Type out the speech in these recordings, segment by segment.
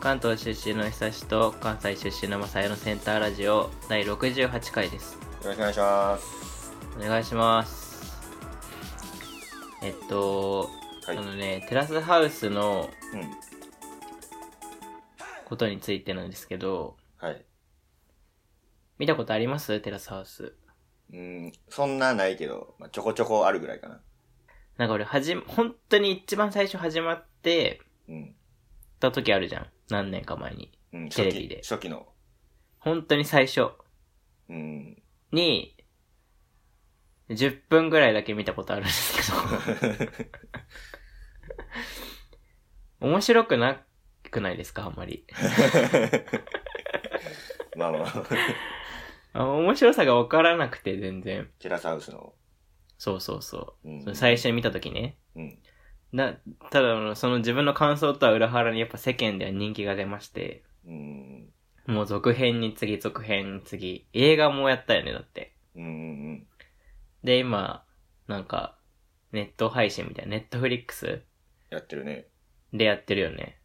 関東出身の久しと関西出身の正代のセンターラジオ第68回ですろしくお願いします。お願いしますえっと、はいあ。のねテラスハウスのうん。ことについてなんですけどはい。見たことありますテラスハウスうん、そんなないけど、まあ、ちょこちょこあるぐらいかな。なんか俺はじ本当に一番最初始まってうん。た時あるじゃん何年か前にうん、テレ初ビで期、初期の。本当に最初うん。 に10分ぐらいだけ見たことあるんですけど面白くなくないですかあんまり。まあまあ、あ面白さが分からなくて全然。テラスハウスの。そうそうそうう。んその最初に見た時ね。うん。な、ただあの、その自分の感想とは裏腹にやっぱ世間では人気が出まして、うん。もう続編に次、続編に次、映画もやったよね、だって。うん。うん。で、今、なんか、ネット配信みたいな、ネットフリックスやってるね。でやってるよね。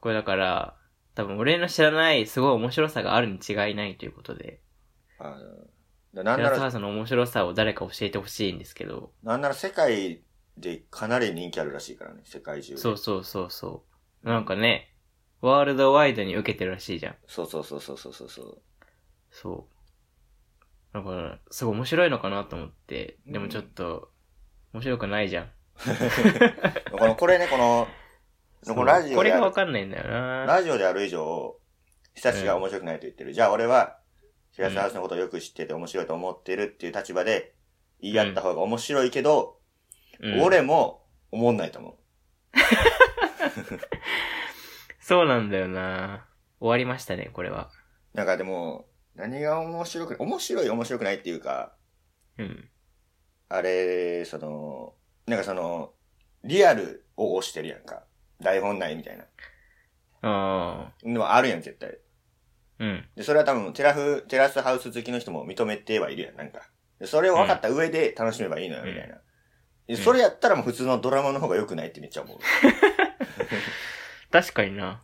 これだから、多分俺の知らないすごい面白さがあるに違いないということで、あーだなんテなラスハら、ウスの面白さを誰か教えてほしいんですけど、なんなら世界でかなり人気あるらしいからね、世界中で。そうそうそうそう。なんかね、ワールドワイドに受けてるらしいじゃん。そうそうそうそうそうそうそう。そう。だから、すごい面白いのかなと思って、でもちょっと、面白くないじゃん。この、これね、この、このラジそうオこれでがあわる、かんないんだよな。ラジオである以上、久しが面白くないと言ってる。じゃあ俺は、平瀬ハウスのことをよく知ってて面白いと思ってるっていう立場で、言い合った方が面白いけど、うん、俺も、思んないと思そうなんだよな。終わりましたね、これは。う。なんかでも、何が面白く、面白い面白くないっていうか、うん。あれ、その、なんかその、リアルを押してるやんか。台本ないみたいな。ああ。でもあるやん、絶対。うん。で、それは多分、テラフ、テラスハウス好きの人も認めてはいるやん、なんか。で、それを分かった上で楽しめばいいのよ、うんみたいな。で、それやったらもう普通のドラマの方が良くないってめっちゃ思う。確かにな。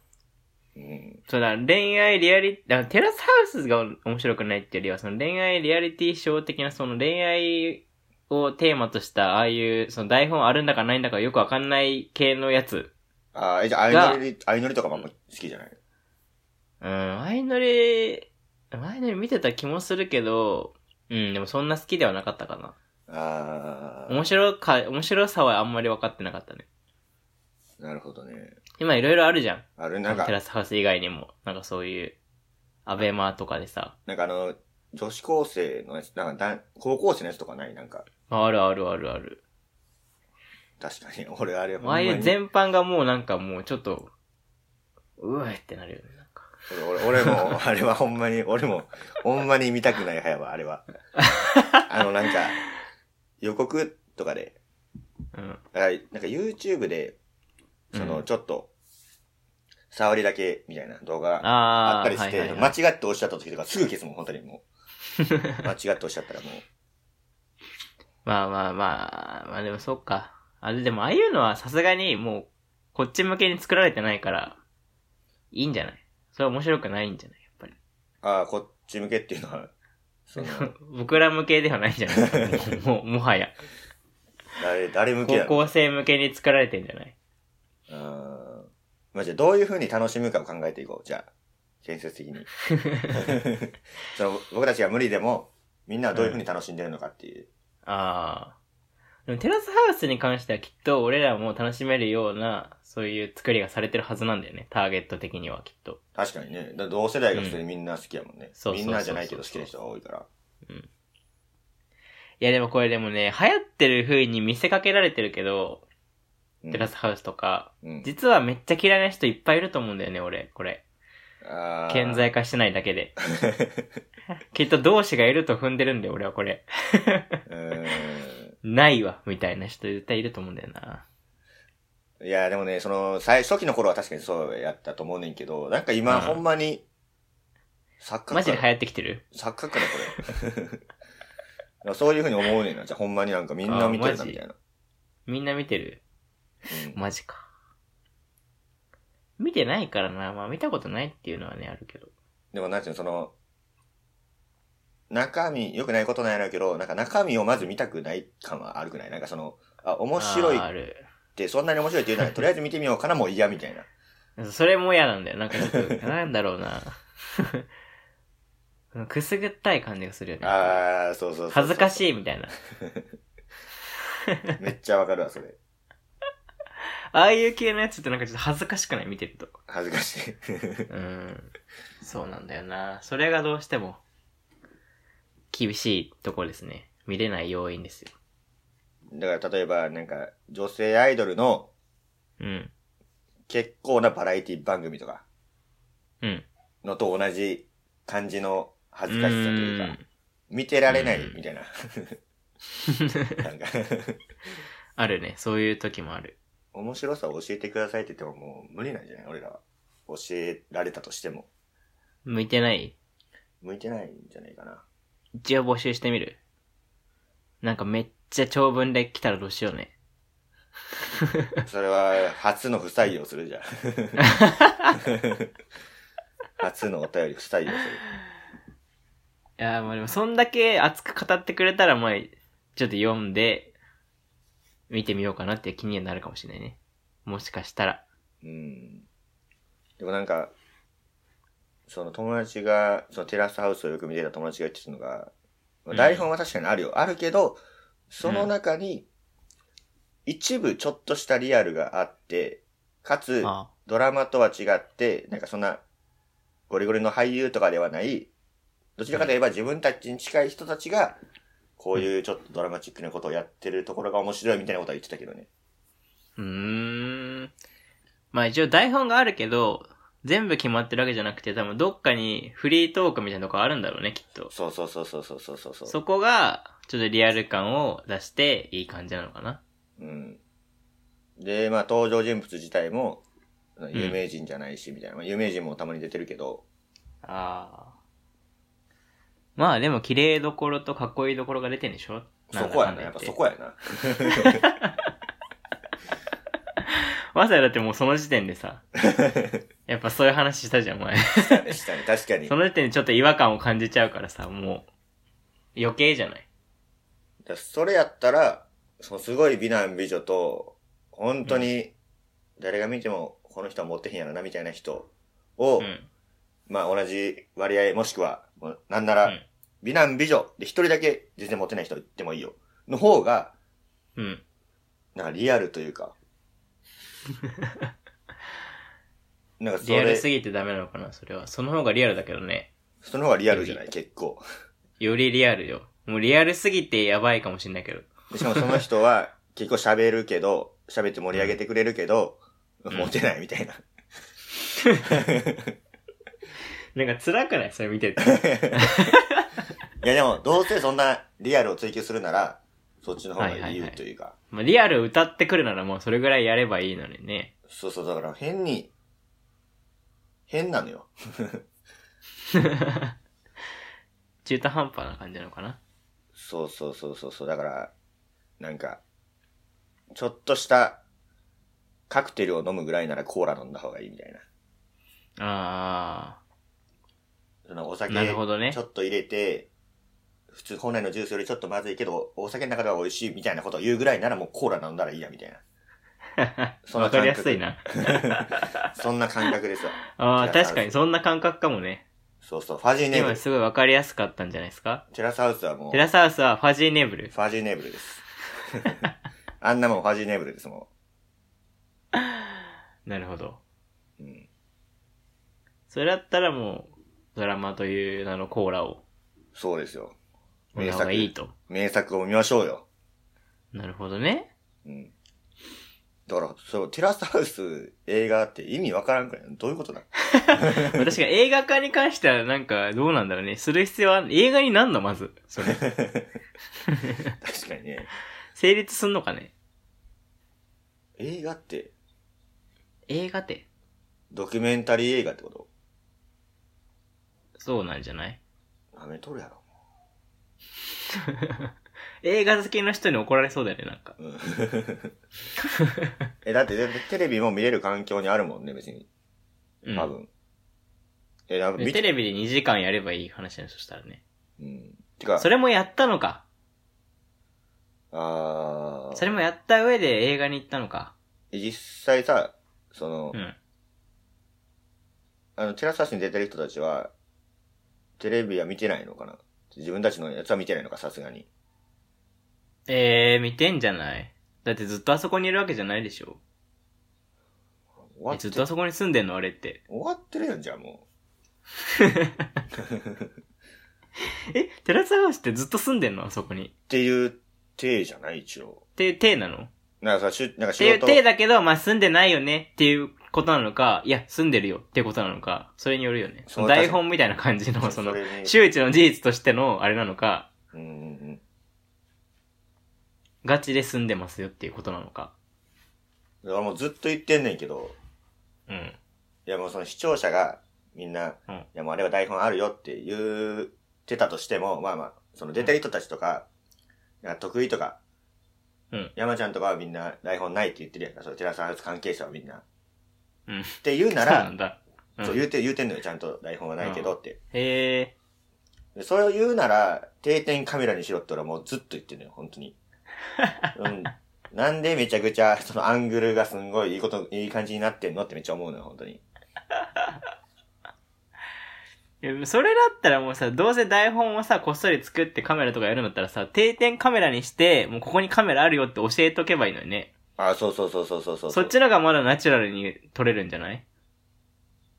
うん。そうだ、恋愛リアリ、あテラスハウスが面白くないっていうよりは、その恋愛リアリティショー的な、その恋愛をテーマとした、ああいう、その台本あるんだかないんだかよくわかんない系のやつ。ああ、え、じゃあ、が相乗り、相乗りとかもあんま好きじゃないうん、相乗り、相乗り見てた気もするけど、うん、でもそんな好きではなかったかな。ああ、面白か、面白さはあんまり分かってなかったね。なるほどね。今いろいろあるじゃん。あれ、なんかテ、ラスハウス以外にも、なんかそういう、アベマとかでさ。なんかあの、女子高生のやつ、なんかだん、高校生のやつとかないなんか、あるあるあるある。確かに、 俺あれ、ほんああまにいう全般がもうなんかもうちょっと、うわってなるよね。なんか俺、俺も、あれはほんまに、俺も、ほんまに見たくない早は、あ れは。あの、なんか、予告とかで、うん。だからなんか YouTube で、その、うんちょっと、触りだけみたいな動画があああったりして、はいはい間は違いって押しちゃった時とかすぐ消すもん、本当にもう。 間違って押しちゃったらもう。まあまあまあ、まあでもそっか。あれでもああいうのはさすがにもう、こっち向けに作られてないから、いいんじゃないそれは面白くないんじゃないやっぱり。ああ、こっち向けっていうのは、 その、僕ら向けではないんじゃない もう、もはや。誰、誰向け高やろ。校生向けに作られてんじゃないあーまあ、じゃあどういう風に楽しむかを考えていこう、じゃあ。建設 的に。 その、僕たちが無理でも、みんなはどういう風に楽しんでるのかっていう。ああ。でもテラスハウスに関してはきっと俺らも楽しめるような、そういう作りがされてるはずなんだよね。ターゲット的にはきっと。確かにね。だから同世代が普通にみんな好きやもんね。そうそうそうそうみんなじゃないけど好きな人が多いから。いやでもこれでもね、流行ってる風に見せかけられてるけど、うんテラスハウスとか、うん。実はめっちゃ嫌いな人いっぱいいると思うんだよね、俺、これ。あー顕在化してないだけ で。きっと同志がいると踏んでるんだよ、俺はこれ。うーないわ、みたいな人絶対いると思うんだよな。んいや、でもね、その、最初期の頃は確かにそうやったと思うねんけど、なんか今、うんほんまに、錯覚マジで流か行ってきてる錯覚かな、これ。 そういうふうに思うねんな。じゃあほんまになんかみんな見てるあーマな、ジみたいな。みんな見てるうんマジか。見てないからな。まあ見たことないっていうのはね、あるけど。でもなんていうの、その、中身、良くないことなんやろうけど、なんか中身をまず見たくない感はあるくないなんかその、あ、面白いあーあっる。て、そんなに面白いって 言うなら、とりあえず見てみようかなもう嫌みたいな。それも嫌なんだよ。なんかちょっと、 なんだろうな。くすぐったい感じがするよね。あー、そうそうそうそう恥ずかしいみたいな。めっちゃわかるわ、それ。ああいう系のやつってなんかちょっと恥ずかしくない見てると。恥ずかしい。うん。そうなんだよな。それがどうしても、厳しいところですね。見れない要因ですよ。だから例えば、なんか、女性アイドルのうん。結構なバラエティ番組とかうん。のと同じ感じの恥ずかしさといううかん、見てられないうんみたいな。なんか、あるね。そういう時もある。面白さを教えてくださいって言ってももう無理なんじゃない俺らは。教えられたとしても。向いてない向いてないんじゃないかな。一応募集してみるなんかめっちゃ長文で来たらどうしようね。それは、初の不採用するじゃん。初のお便り不採用する。いやーまあでもそんだけ熱く語ってくれたらまあ、ちょっと読んで、見てみようかなっていう気にはなるかもしれないね。もしかしたら。うん。でもなんか、その友達が、そのテラスハウスをよく見てた友達が言ってたのが、まあうん台本は確かにあるよ。あるけど、その中に、一部ちょっとしたリアルがあって、かつ、あドラマとは違って、なんかそんな、ゴリゴリの俳優とかではない、どちらかといえば自分たちに近い人たちが、こういうちょっとドラマチックなことをやってるところが面白いみたいなことは言ってたけどね。うーん。まあ一応台本があるけど、全部決まってるわけじゃなくて、多分どっかにフリートークみたいなとこあるんだろうね、きっと。そうそうそうそうそうそうそう。そこが、ちょっとリアル感を出していい感じなのかな。うん。で、まあ登場人物自体も、有名人じゃないし、みたいな。まあ有名人もたまに出てるけど、ああ。まあでも綺麗どころとかっこいいどころが出てんでしょそこやんだな。やかんっだぱ言そてこやな。まさやだってもうその時点で さ、やっぱそういう話したじゃん、お前。したね、したね。確かに。 その時点でちょっと違和感を感じちゃうからさ、もう、余計じゃない。だそれやったら、そのすごい美男美女と、本当に、誰が見ても、この人は持ってへんやろな、みたいな人を、うん。まあ同じ割合、もしくは、もうなんなうらん、美男美女で一人だけ全然持ってない人でもいいよ。の方が、うん。なんかリアルとい うか。なんかそリアルれす、ぎてダメなのかな、それは。その方がリアルだけどね。その方がリアルじゃない、結構。よりリアルよ。もうリアルすぎてやばいかもしんないけど。でしかもその人 は、結構喋るけど、喋って盛り上げてくれるけど、ん持てないみたいな。なんか辛くないそれ見て て。いやでも、どうせそんなリアルを追求するなら、そっちの方がはいいはいいはいというか。まあ、リアル歌ってくるならもうそれぐらいやればいいのにね。そうそう、だから変に、変なのよ。中途半端な感じなのかな。そうそうそうそうそう、だから、なんか、ちょっとした、カクテルを飲むぐらいならコーラ飲んだ方がいいみたいな。あそのお酒、なるほどねちょっと入れて、普通、本来のジュースよりちょっとまずいけど、お酒の中では美味しいみたいなことを言うぐらいならもうコーラ飲んだらいいや、みたいな。あ。 そんわなか感覚りやすいな。 そんな感覚ですわ。ああ、テラス確かにそんな感覚かもね。そうそう、ファジーネーブ今ル。すごいわかりやすかったんじゃないですかテラスハウスはもうテ、ラスハウスはファジーネーブル。ファジーネーブルです。 あんなもんファジーネーブルですもなるほど。ん。うん、それだったらもう、ドラマという名のコーラをそうですよ。飲んだ方がいいと。名作を見ましょうよ。なるほどね。うん。だから、そう、テラスハウス映画って意味わからんくらいどういうことだ確 かに映画化に関してはなんかどうなんだろうね。する必要は、映画になんのまず。それ。確かにね。成立すんのかね。映画って、映画って、ドキュメンタリー映画ってことそうなんじゃないなめとるやろ。映画好きの人に怒られそうだよね、なんか。え、だってテレビも見れる環境にあるもんね、別に。うん。多分。え、なんかで見テて、レビで2時間やればいい話だよ、そしたらね。うん。てか、それもやったのか。あそーれもやった上で映画に行ったのか。実際さ、その、うん。あの、テラサスに出てる人たちは、テレビは見てないのかな自分たちのやつは見てないのか、さすがに。えー、見てんじゃないだってずっとあそこにいるわけじゃないでしょ。終わっえずて、っとあ終そこに住んでんのあれって。わってるやん、じゃあもえ、テラスハウスってずっと住んでんのあそこに。う。っていう、体じゃない、一応。て、てなのっなんかさ、しゅなんかて仕いう事、てだけど、まあ、住んでないよねっていうことなのか、いや、住んでるよっていうことなのか、それによるよね。そのそう確か台に本みたいな感じの、そそうのそれ、に周知の事実としての、あれなのか、うんうんガチで住んでますよっていうことなのか。うん。だからもうずっと言ってんねんけど、うん。いやもうその視聴者が、みんな、うんいやもうあれは台本あるよって言ってたとしても、まあまあ、その出てる人たちとか、なんか得意とか、うん山ちゃんとかはみんな台本ないって言ってるやんか、そのテラスハウス関係者はみんな。うんって言うなそうならん、だ。うんそう言うて、言うてんのよ、ちゃんと台本はないけどって。へえ。でそれを言うなら、定点カメラにしろって俺はもうずっと言ってるのよ、本 当に。うん。なんでめちゃくちゃ、そのアングルがすんごいいいこと、いい感じになってんのってめっちゃ思うのよ、本当に。いやそれだったらもうさ、どうせ台本をさ、こっそり作ってカメラとかやるんだったらさ、定点カメラにして、もうここにカメラあるよって教えとけばいいのにね。あ、そうそうそうそうそうそう。そっちのがまだナチュラルに撮れるんじゃない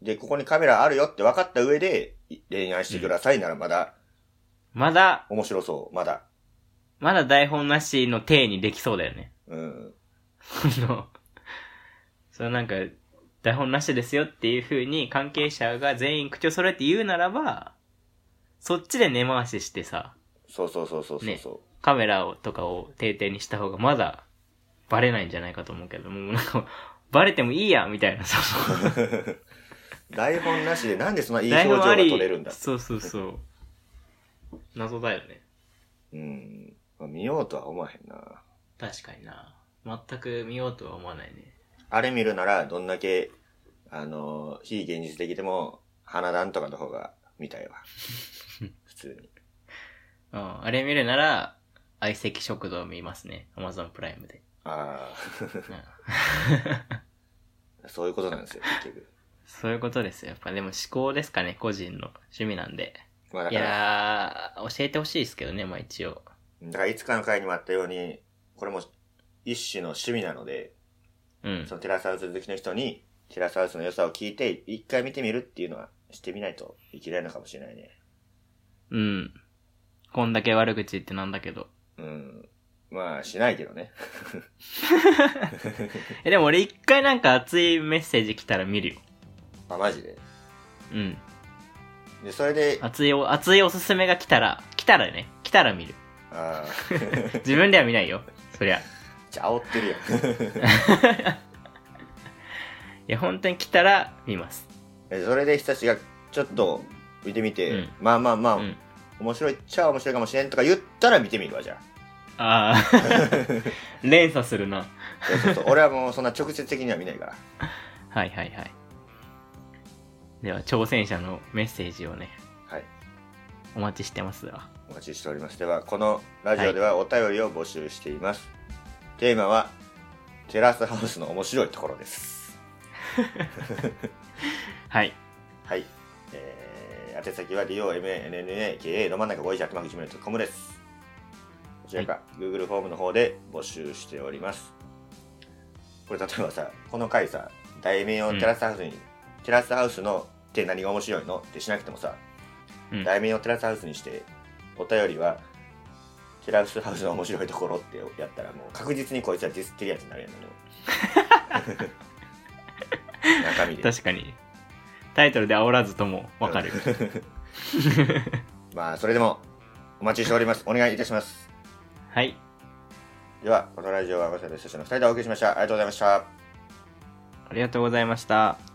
で、ここにカメラあるよって分かった上で、い恋愛してくださいならまだ、まだ、面白そう、まだ。まだ台本なしの体にできそうだよね。 うん。あの、そのなんか、台本なしですよっていう風に関係者が全員口を揃えて言うならば、そっちで根回ししてさ、そうそうそうそうそうそう。カメラをとかを定点にした方がまだバレないんじゃないかと思うけど、もうなんか、 バレてもいいやみたいなさ、台本なしでなんでそんないい表台情本があり撮れるんだそうそうそう。 謎だよね。うん。まあ見ようとは思わへんな。確かにな。全く見ようとは思わないね。あれ見るなら、どんだけ、あの、非現実的でも、花壇とかの方が 見たいわ。普通に。うん。あれ見るなら、相席食堂見ますね。アマゾンプライム で。あうんあ、そういうことなんですよ、結局。そういうことですよ。やっぱでも思考ですかね、個人の趣味なんで。まあだいから、やー、教えてほしいですけどね、まあ一応。だからいつかの回にもあったように、これも一種の趣味なので、うんそ。のテラスハウス好きの人に、テラスハウスの良さを聞いて、一回見てみるっていうのは、してみないといけないのかもしれないね。うん。こんだけ悪口言ってなんだけど。うん。まあ、しないけどね。え、でも俺一回なんか熱いメッセージ来たら見るよ。まあ、マジで。うん。で、それ で、熱いお、熱いおすすめが来たら、来たらね、来たら見る。ああ、自分では見ないよ。そりゃ。いじゃあ煽ってるやん。 や、本当に来たら見ます。えそれで人たちがちょっと見てみて、うんまあまあまあ、うん。面白いっちゃ面白いかもしれんとか言ったら見てみるわじゃあー。 連鎖するな。あそうそうそう俺はもうそんな直接的には見ないからはいはいはい。では、挑戦者のメッセージをね、はいお待ちしてますわ。お待ちしておりますではこのラジオではお便りを募集しています、テーマはテラスハウスの面白いところですはい。はいえー、宛先は DOMANNAKA ど真ん中5 1 0 1 m コムですこちらか、Google フォームの方で募集しておりますこれ例えばさこの回さ題名をテラスハウスに、テラスハウスのって何が面白いのってしなくてもさ、うん題名をテラスハウスにしてお便りはテラスハウスの面白いところってやったらもう確実にこいつはディスってるやつになるやんね 中身で確かに。タイトルで煽らずともわかる。まあ、それでも、お待ちしております。お願いいたします。はい。では、このラジオは、まさとしとしの二人でお送りしました。ありがとうございました。ありがとうございました。